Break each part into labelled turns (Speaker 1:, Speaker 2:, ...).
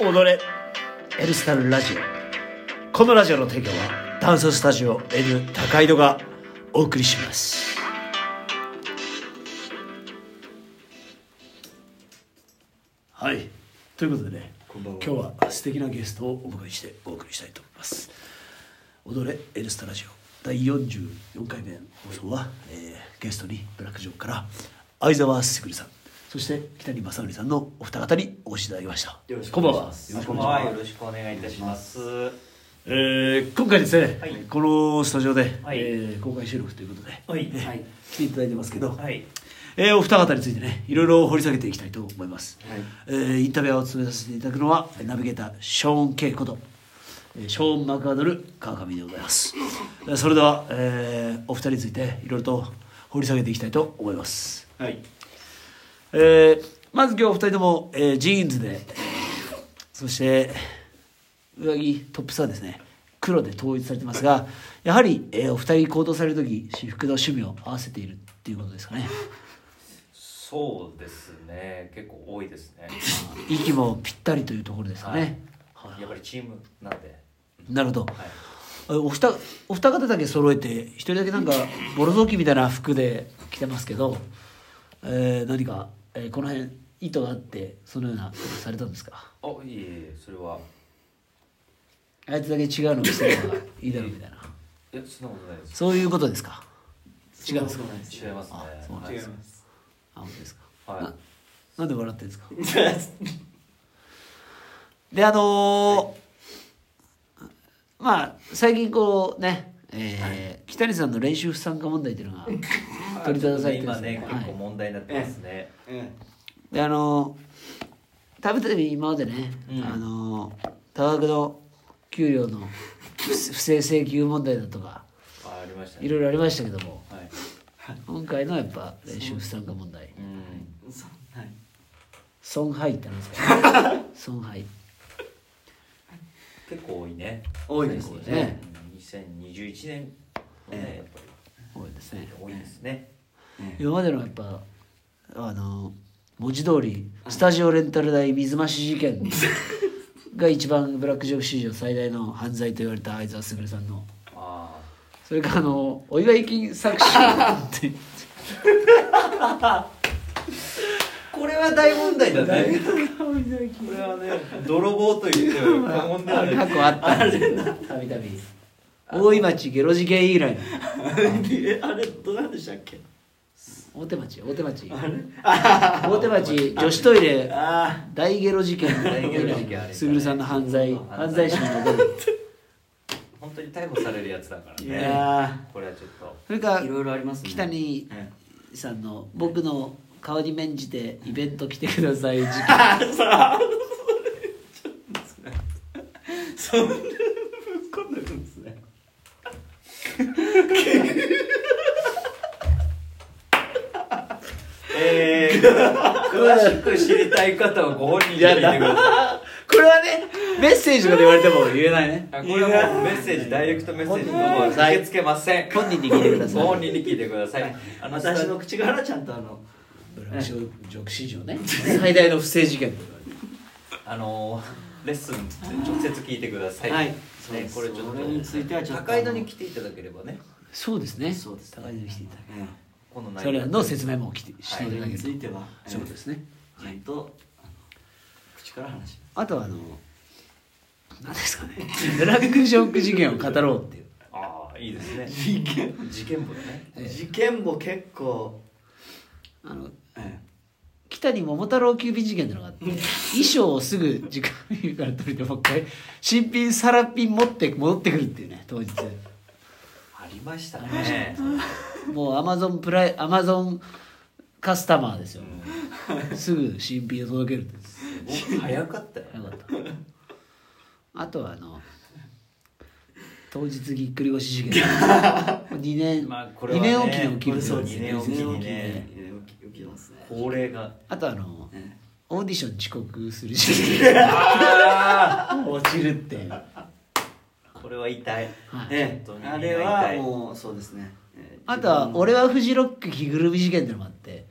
Speaker 1: 踊れエルスタラジオこのラジオの提供はダンススタジオ N 高井戸がお送りしますはいということでね
Speaker 2: こんばんは
Speaker 1: 今日は素敵なゲストをお迎えしてお送りしたいと思います踊れエルスタラジオ第44回目の放送は、えーゲストにブラックジョーから相沢卓さんそして北に正則さんのお二方にお越しいただきました
Speaker 2: よろしく
Speaker 1: こ
Speaker 2: お
Speaker 1: んば
Speaker 2: 願
Speaker 1: ん
Speaker 2: いし
Speaker 1: は
Speaker 2: ます
Speaker 1: よろしく
Speaker 3: こ
Speaker 1: お
Speaker 3: んばん
Speaker 1: 願い
Speaker 3: は
Speaker 1: しま
Speaker 3: よ
Speaker 1: す
Speaker 3: ろしくお願いいたします。
Speaker 1: えー今回ですね、
Speaker 3: はい
Speaker 1: このスタジオで、
Speaker 3: はい
Speaker 1: えー公開収録ということで、
Speaker 3: はい
Speaker 1: えー
Speaker 3: はい
Speaker 1: 来ていただいてますけど、
Speaker 3: はい
Speaker 1: えーお二方についてねいろいろ掘り下げていきたいと思います、
Speaker 2: はい
Speaker 1: えーインタビュアーを務めさせていただくのはナビゲーターショーン・ケイこと、えーショーン・マクアドル川上でございますえーそれでは、えーお二人についていろいろと掘り下げていきたいと思います
Speaker 2: はい
Speaker 1: えーまず今日お二人とも、えージーンズでそして上着トップスはですね黒で統一されてますがやはり、えーお二人行動される時私服の趣味を合わせているっていうことですかね
Speaker 3: そうですね。結構多いですね。
Speaker 1: 息もぴったりというところですかね、
Speaker 3: はいやっぱりチームなんで。
Speaker 1: なるほど
Speaker 3: はい。
Speaker 1: あお二お二方だけ揃えて一人だけなんかボロ雑巾みたいな服で着てますけど、えー何か、えーこの辺意図があってそのようなことされたんですか
Speaker 3: あ、いえいえ、それは。
Speaker 1: あいつだけ違うのをしてればいいだろうみたいな
Speaker 3: え、そんなことないです。
Speaker 1: そういうことですか違うんですか
Speaker 3: 違いますね
Speaker 1: あそうなん。
Speaker 3: は
Speaker 1: で
Speaker 3: い
Speaker 1: すかあ本当ですか、
Speaker 3: はい
Speaker 1: ななんで笑ってるん ですかであのーまあ最近こうね、えー北谷さんの練習不参加問題っていうのが 取り沙汰されてるん
Speaker 3: 今
Speaker 1: です
Speaker 3: ね、
Speaker 1: は
Speaker 3: 結構
Speaker 1: い
Speaker 3: 問題になってますね。
Speaker 2: うん
Speaker 1: であのー、食べてみ今までね、
Speaker 3: うん
Speaker 1: あのー多額の給料の不不正請求問題だとか
Speaker 3: あ、ありました
Speaker 1: い
Speaker 3: ね。
Speaker 1: ろいろありましたけども
Speaker 3: はい。
Speaker 1: 今回のやっぱ練習不参加問題
Speaker 3: うん。
Speaker 2: そうはい
Speaker 1: 損害ってなんです か損害
Speaker 3: 結構多いね。
Speaker 2: 多いです
Speaker 1: ね
Speaker 3: ね。二千二十一年。ね、やっぱ
Speaker 1: 多いですね
Speaker 3: り。多いですね。
Speaker 1: 今までのやっぱあの文字通りスタジオレンタル代水増し事件が一番ブラックジョーク史上最大の犯罪と言われた相沢卓さんの
Speaker 3: あ
Speaker 1: それからあのお祝い金作詞って
Speaker 3: あ。これは大問題だね。これはね、泥棒と言っても過言では
Speaker 1: 過
Speaker 3: ない。
Speaker 1: 去あったんでたびたび大井町ゲロ事件以来の
Speaker 2: えあれどうなんでしたっけ
Speaker 1: 大手町大手町 大手町女子トイレ
Speaker 2: あ
Speaker 1: 大ゲロ事件
Speaker 3: 大ゲロ事件あれ
Speaker 1: すぐるさんの犯罪犯
Speaker 3: 犯
Speaker 1: 罪
Speaker 3: 罪
Speaker 1: 者に 残る
Speaker 3: 本当に逮捕されるやつだから
Speaker 2: あい
Speaker 3: ね。
Speaker 2: や
Speaker 3: これはちょっと。
Speaker 1: それから
Speaker 2: いろいろありますね
Speaker 1: 北谷
Speaker 2: え
Speaker 1: さんの僕の顔に免じてイベント来てくだ さい事件
Speaker 2: あさあそんなぶっ込んでるんですね
Speaker 3: えー、詳しく知りたい方はご本人に聞いてください。
Speaker 1: これはねメッセージとかで言われても言えないね
Speaker 3: あこれはもうメッセージ、ダイレクトメッセージの方は受け付けません。
Speaker 1: 本人に聞いてください
Speaker 3: ご本人に聞いてください。あの、
Speaker 2: 私の口からちゃんとあの
Speaker 1: ブラックジョーク史上ね最大の不正事件と言われてる
Speaker 3: あのレッスンで直接聞いてください。
Speaker 2: はい
Speaker 3: ね
Speaker 2: そうです
Speaker 3: これちょっと。
Speaker 2: それについてはちょっと
Speaker 3: 高井戸に来ていただければね。
Speaker 1: そうですね
Speaker 2: そうですね
Speaker 1: 高いに来ていただ
Speaker 2: ええ
Speaker 3: この
Speaker 1: く
Speaker 3: 内
Speaker 1: そ
Speaker 3: 容
Speaker 1: れらの説明もきてして
Speaker 2: そ
Speaker 1: いた
Speaker 2: れ
Speaker 1: だけ
Speaker 2: に
Speaker 1: る
Speaker 2: つ
Speaker 1: と
Speaker 2: いては
Speaker 1: そういうことですね
Speaker 2: ちゃんとあの口から話し
Speaker 1: あとはあの何ですかね ブラックジョーク事件を語ろうっていう
Speaker 3: ああ、いいですね。
Speaker 2: 事件
Speaker 3: 事件簿だね。
Speaker 1: ええ
Speaker 2: 事件も結構、
Speaker 1: あの
Speaker 2: え
Speaker 1: 北に桃太郎急便事件ってのがあって衣装をすぐ時間から取りてもう一回新品さらピン持って戻ってくるっていうね当日
Speaker 3: ありましたね。
Speaker 1: もうアマゾンプライアマゾンカスタマーですよ、すぐ新品を届けるって
Speaker 3: すごく早かったよ。
Speaker 1: よかったあとはあの当日ぎっくり腰事件2年、
Speaker 3: まあこれ
Speaker 1: 二
Speaker 3: はね
Speaker 1: 年おきに起きる
Speaker 3: そう
Speaker 1: と
Speaker 3: 二年おき
Speaker 2: ええ
Speaker 3: に
Speaker 2: え
Speaker 3: ね。
Speaker 2: え起き起きますね
Speaker 3: 恒例が。
Speaker 1: あとあの
Speaker 2: え
Speaker 1: オーディション遅刻する事件
Speaker 3: あ
Speaker 1: 落ちるっていう
Speaker 3: あ、これは痛い。
Speaker 1: はい
Speaker 2: え
Speaker 3: 本当に
Speaker 2: あれはもうそうですねええ
Speaker 1: あとは「俺はフジロック着ぐるみ事件」ってのもあって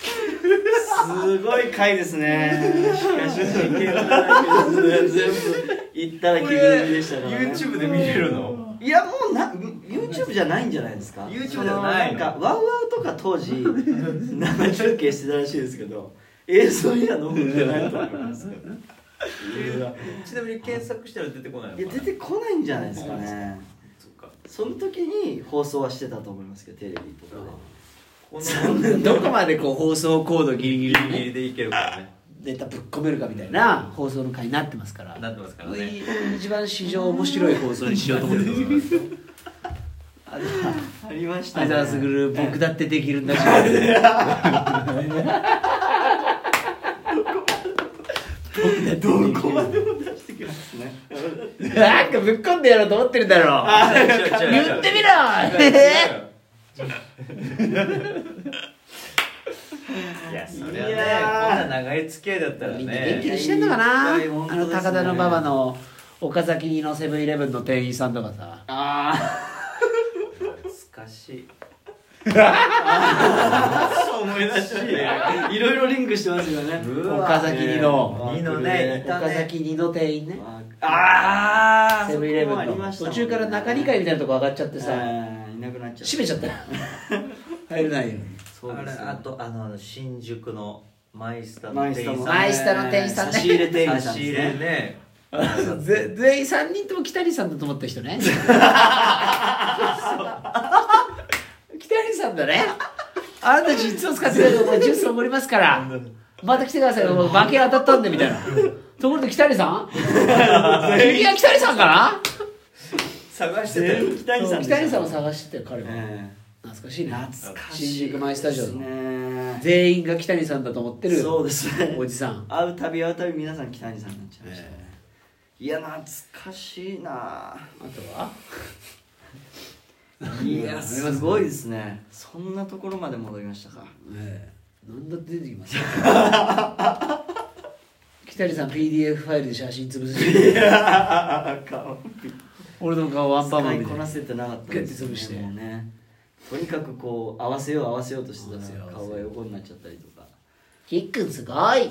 Speaker 1: すごい回ですね。しかし、真剣な話ですね全部言ったら
Speaker 3: こ
Speaker 1: 君
Speaker 3: れ
Speaker 1: でしたから、ね。
Speaker 3: YouTube で見れるの
Speaker 1: いやもうな YouTube じゃないんじゃないですか
Speaker 3: YouTube じゃないの
Speaker 1: そんかワウワウとか当時生中継してたらしいですけど映像には残ってないと思いますけど
Speaker 3: ちなみに検索したら出てこないの
Speaker 1: いや
Speaker 3: か
Speaker 1: 出
Speaker 3: な
Speaker 1: てこないんじゃないですかね
Speaker 3: そっか
Speaker 1: その時に放送はしてたと思いますけどテレビとか
Speaker 3: こ
Speaker 1: で
Speaker 3: の
Speaker 1: どこまでこう放送コードギリギリ
Speaker 3: ギ リでいけるからね
Speaker 4: ネタぶっ込めるかみたいな
Speaker 1: な放送の回になってますから
Speaker 3: なってますからね
Speaker 1: 一番史上面白い放送にしようと思ってます あれは
Speaker 3: ありまし
Speaker 1: 相沢卓僕だってできるんだし僕だってできる
Speaker 3: どこまでも出してきますね
Speaker 1: なんかぶっ込んでやろうと思ってるだろ言ってみろえ
Speaker 3: いやそりゃ
Speaker 1: い
Speaker 3: ね
Speaker 1: やー
Speaker 3: こんな長い付き合いだったら
Speaker 1: ーみんな元気
Speaker 3: ね
Speaker 1: にしてんのかなあ
Speaker 3: いや本当です
Speaker 1: の
Speaker 3: ね
Speaker 1: 高田の馬場の岡崎のセブンイレブンの店員さんとかさ
Speaker 3: ああ懐かしいそう思い出し
Speaker 1: いろいろリンクしてますよね
Speaker 3: うわ
Speaker 1: 岡崎二の
Speaker 3: 二のねいたね
Speaker 1: 岡崎二の店員ね
Speaker 3: ああ
Speaker 1: セブンイレブンの途中から中2階みたいなとこ上がっちゃってさ
Speaker 2: いなくなっちゃ
Speaker 1: 閉めちゃっ たよ入れないように
Speaker 2: そうですよ
Speaker 3: あれあとあの新宿のマイスタの
Speaker 2: マイ
Speaker 3: 店
Speaker 2: スタ
Speaker 3: 員
Speaker 2: も
Speaker 3: さん
Speaker 1: マイスタの店員さんね
Speaker 2: 差し入れ店員
Speaker 3: 差
Speaker 2: さん
Speaker 3: し入
Speaker 2: です
Speaker 3: れ
Speaker 2: ね
Speaker 3: ね
Speaker 1: ぜ全員3人とも北里さんだと思った 人ね北里さんだねあなたたちいつも使ってるのジュースおごりますからまた来てくださいもう負け当たったんでみたいなところで北里さん君は北里さんかな
Speaker 3: 探してたよ
Speaker 2: 北
Speaker 1: そう北里さんを探してたよ彼は
Speaker 2: え
Speaker 1: 懐かしいね
Speaker 2: え懐かしい
Speaker 1: 新宿マイスタジオ
Speaker 2: です
Speaker 1: の
Speaker 2: ね
Speaker 1: 全員が北里さんだと思ってる
Speaker 2: そうですね
Speaker 1: おじさん
Speaker 2: 会うたび会うたび皆さん北谷さんになっちゃいましたね、
Speaker 1: え
Speaker 2: いや懐かしい な
Speaker 1: あとはい
Speaker 2: やすごいですねそんなところまで戻りましたか
Speaker 1: ええなんだって出てきますよ 北里さん PDF ファイルで写真潰すし
Speaker 2: 顔
Speaker 1: 俺の顔ワンパンマ
Speaker 2: 使
Speaker 1: ン
Speaker 2: い
Speaker 1: みた
Speaker 2: こ
Speaker 1: い
Speaker 2: な
Speaker 1: な
Speaker 2: せてなかったんですよ
Speaker 1: グッて潰して
Speaker 2: ねもうねとにかくこう合わせよう合わせようとしてたら
Speaker 1: 合わせよう合わ
Speaker 2: 顔
Speaker 1: せよう
Speaker 2: が横になっちゃったりとか
Speaker 1: キックンすごい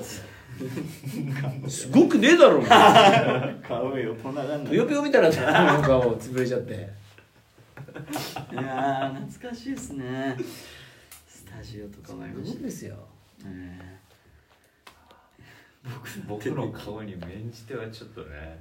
Speaker 4: すごくねえだろお前
Speaker 2: 顔横ならな
Speaker 1: ぷよぷよ見たらなんか顔潰れちゃって
Speaker 2: いやー懐かしいですねスタジオとか
Speaker 1: そん
Speaker 2: もあ
Speaker 1: な
Speaker 2: り
Speaker 1: も
Speaker 2: まし
Speaker 1: ん
Speaker 2: たね
Speaker 1: ですよ
Speaker 3: 僕の顔に免じてはちょっとね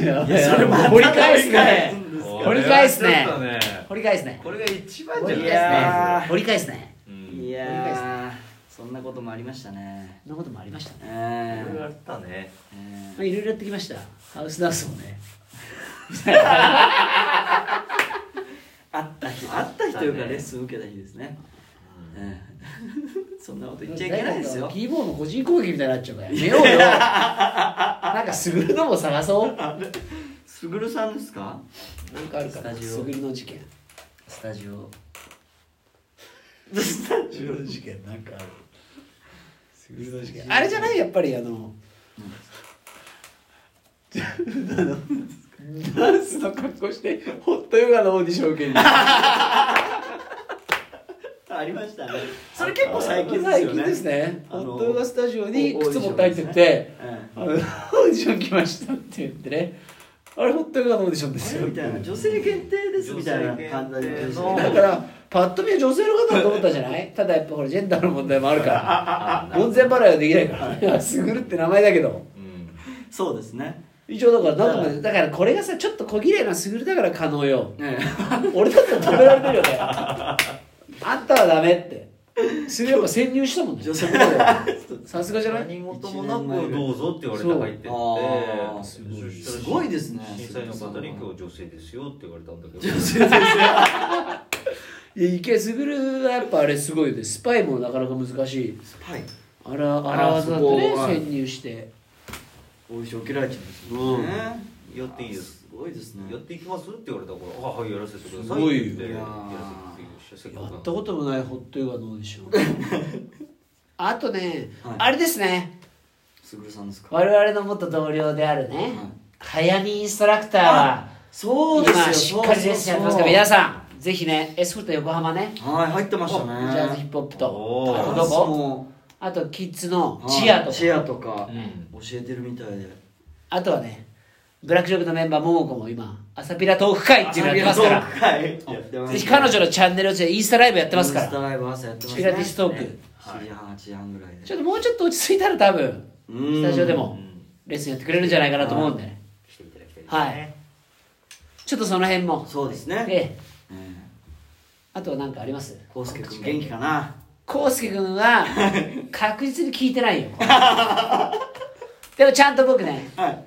Speaker 1: いやそれ掘り返すね掘り返すね
Speaker 3: これはちょっとね
Speaker 1: 掘り返すね
Speaker 3: これが一番
Speaker 1: 掘
Speaker 3: じゃ
Speaker 1: り
Speaker 3: ない
Speaker 2: いや
Speaker 1: 返すね掘り返すね
Speaker 3: うん
Speaker 2: いやーそんなこともありましたね
Speaker 1: そんなこともありましたね
Speaker 2: え
Speaker 3: いろいろあ
Speaker 2: ー
Speaker 3: ったね
Speaker 2: え
Speaker 1: まあいろいろやってきましたハウスダンスもね
Speaker 2: ー会った日会った日という
Speaker 3: あった
Speaker 2: か
Speaker 3: ね
Speaker 2: レッスン受けた日ですねえー そんなこと言っちゃいけないですよ
Speaker 1: キーボードの個人攻撃みたいになっちゃう からやめようよなんかすぐるのも探そう
Speaker 2: すぐるさんですか
Speaker 1: なんかあるかな
Speaker 2: スタジオ
Speaker 1: すぐりの事件
Speaker 2: スタジオ
Speaker 4: 自分の事件なんかあるすぐるの事件
Speaker 1: あれじゃないやっぱりあのダンスの格好してホットヨガのオーディション受けに
Speaker 2: ありましたねそれ結構最近です
Speaker 1: 最
Speaker 2: よ
Speaker 1: 近
Speaker 2: ね
Speaker 1: ですね
Speaker 2: あ
Speaker 1: ホ
Speaker 2: の
Speaker 1: ットヨガスタジオに
Speaker 2: おオーデ
Speaker 1: 靴
Speaker 2: ィ
Speaker 1: 持
Speaker 2: ショ
Speaker 1: っ
Speaker 2: ン
Speaker 1: て入
Speaker 2: で
Speaker 1: って
Speaker 2: すね
Speaker 1: って
Speaker 2: え
Speaker 1: あのオーディション来ましたって言ってねあれホットヨガのオーディションです
Speaker 2: ー
Speaker 1: よ
Speaker 2: みたいな女性限定ですみたいな感じでしたよね
Speaker 1: だからパッと見は女性の方だと思ったじゃないただやっぱほらジェンダーの問題もあるから門前払いはできないからねすぐるって名前だけど
Speaker 3: うん
Speaker 2: そうですね
Speaker 1: 一応だからなんとかだからこれがさちょっと小綺麗なすぐるだから可能よ
Speaker 2: え
Speaker 1: 俺だったら止められてるよねあんたはダメってすぐやっぱ潜入したもんね
Speaker 2: 女性
Speaker 1: さすがじゃない
Speaker 3: 何事もなくどうぞって言われた入って
Speaker 2: そうあ
Speaker 3: っ
Speaker 2: ー
Speaker 3: て
Speaker 2: す
Speaker 3: そしたら
Speaker 2: すごいですね
Speaker 3: 審査員の方に今日女性ですよって言われたんだけど
Speaker 1: いや池すぐるはやっぱあれすごいよねスパイもなかなか難しい
Speaker 2: えは
Speaker 1: あ
Speaker 2: い
Speaker 1: ら荒技だって
Speaker 2: あ
Speaker 1: ね
Speaker 2: そこはい
Speaker 1: 潜入して
Speaker 2: お衣装受けられちゃうんですよ
Speaker 3: うん
Speaker 2: ね
Speaker 3: やっていいです
Speaker 2: すごいですね
Speaker 3: やっていきますって言われたから「あはいやらせてください」
Speaker 1: すごいよ
Speaker 3: って
Speaker 2: い
Speaker 3: や
Speaker 2: や
Speaker 3: ら
Speaker 2: ー
Speaker 3: せてせっか
Speaker 1: や
Speaker 3: くな
Speaker 1: っ
Speaker 3: ん
Speaker 1: た
Speaker 3: で
Speaker 1: こともないホットヨガのオーディション あとね、
Speaker 2: はい
Speaker 1: あれですね
Speaker 2: すぐるさんですか
Speaker 1: 我々の元同僚であるね、早見インストラクターは
Speaker 2: そうです
Speaker 1: 今しっ
Speaker 2: よ
Speaker 1: かりレッスンやってますから皆さんぜひねエスフォルト横浜ね
Speaker 2: んはい入ってました
Speaker 1: ジャズヒ
Speaker 2: ね
Speaker 1: ップホップ
Speaker 3: お
Speaker 1: と
Speaker 3: ー
Speaker 1: あとどこ
Speaker 2: も
Speaker 1: あとキッズのチアと
Speaker 2: チ
Speaker 1: か
Speaker 2: アとか
Speaker 3: うん
Speaker 2: 教えてるみたいで
Speaker 1: あとはねブラックジョークのメンバーももこも今アサピラトーク会っていうのやってますから
Speaker 2: ら
Speaker 1: ぜひ彼女のチャンネルをインスタライブやってますか
Speaker 2: インスタ
Speaker 1: ら
Speaker 2: ライブ朝やってます
Speaker 1: ピラティストーク
Speaker 2: 7時半8時半ぐらいで
Speaker 1: ちょっともうちょっと落ち着いたら多分
Speaker 2: うん
Speaker 1: スタジオでも
Speaker 2: うん
Speaker 1: レッスンやってくれるんじゃないかなと思うんでね
Speaker 2: 来ていただきたいですね
Speaker 1: はいちょっとその辺も
Speaker 2: そうですね
Speaker 1: ええ
Speaker 2: うん
Speaker 1: あとは何かあります
Speaker 2: 康介君元気かな
Speaker 1: コウスケ君 は確実に聞いてないよでもちゃんと僕ね
Speaker 2: はい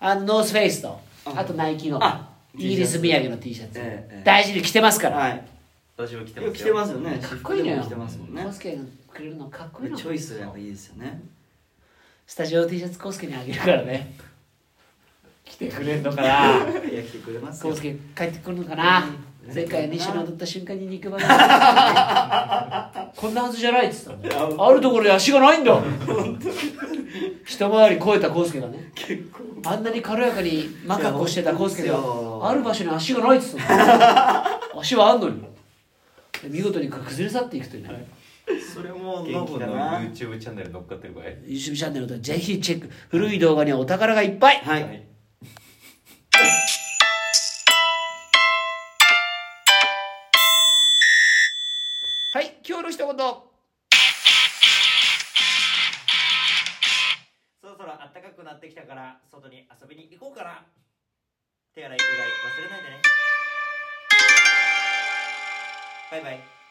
Speaker 1: あのノースフェイスと
Speaker 2: うん
Speaker 1: あとナイキの
Speaker 2: あ
Speaker 1: イギリス土産の T シャツ
Speaker 2: ええええ
Speaker 1: 大事に着てますから
Speaker 2: はい
Speaker 3: 私も来て
Speaker 2: よ
Speaker 3: ま
Speaker 2: く
Speaker 3: す
Speaker 2: 来
Speaker 3: よ
Speaker 2: てますよね
Speaker 1: かっこいいのよ
Speaker 2: 来てますもんね
Speaker 1: コウスケ君くれるのかっこいいの
Speaker 2: チョイスやっぱいいですよね
Speaker 1: スタジオの T シャツコウスケにあげるから ね来てくれるのか ない
Speaker 2: や来てくれます
Speaker 1: コ
Speaker 2: よ
Speaker 1: ウスケ帰ってくるのかな
Speaker 2: うん
Speaker 1: 前回西野踊った瞬間に肉離れたこんなはずじゃないっつったのあるところに足がないんだ 一回り超えたコウスケがね
Speaker 2: 結構
Speaker 1: あんなに軽やかにマカコしてたコウスケ
Speaker 2: いや
Speaker 1: が
Speaker 2: 本当ですよ
Speaker 1: ある場所に足がないっつった の足はあんのに見事に崩れ去っていくというね、
Speaker 3: それもノ
Speaker 2: 元
Speaker 3: ブの
Speaker 2: 気だな
Speaker 3: YouTube チャンネル乗っかってる場合
Speaker 1: YouTube チャンネルとぜひチェック古い動画にはお宝がいっぱい
Speaker 2: は
Speaker 3: はい
Speaker 1: はい今日の一言
Speaker 3: そろそろ暖かくなってきたから外に遊びに行こうかな手洗いうがい忘れないでねバイバイ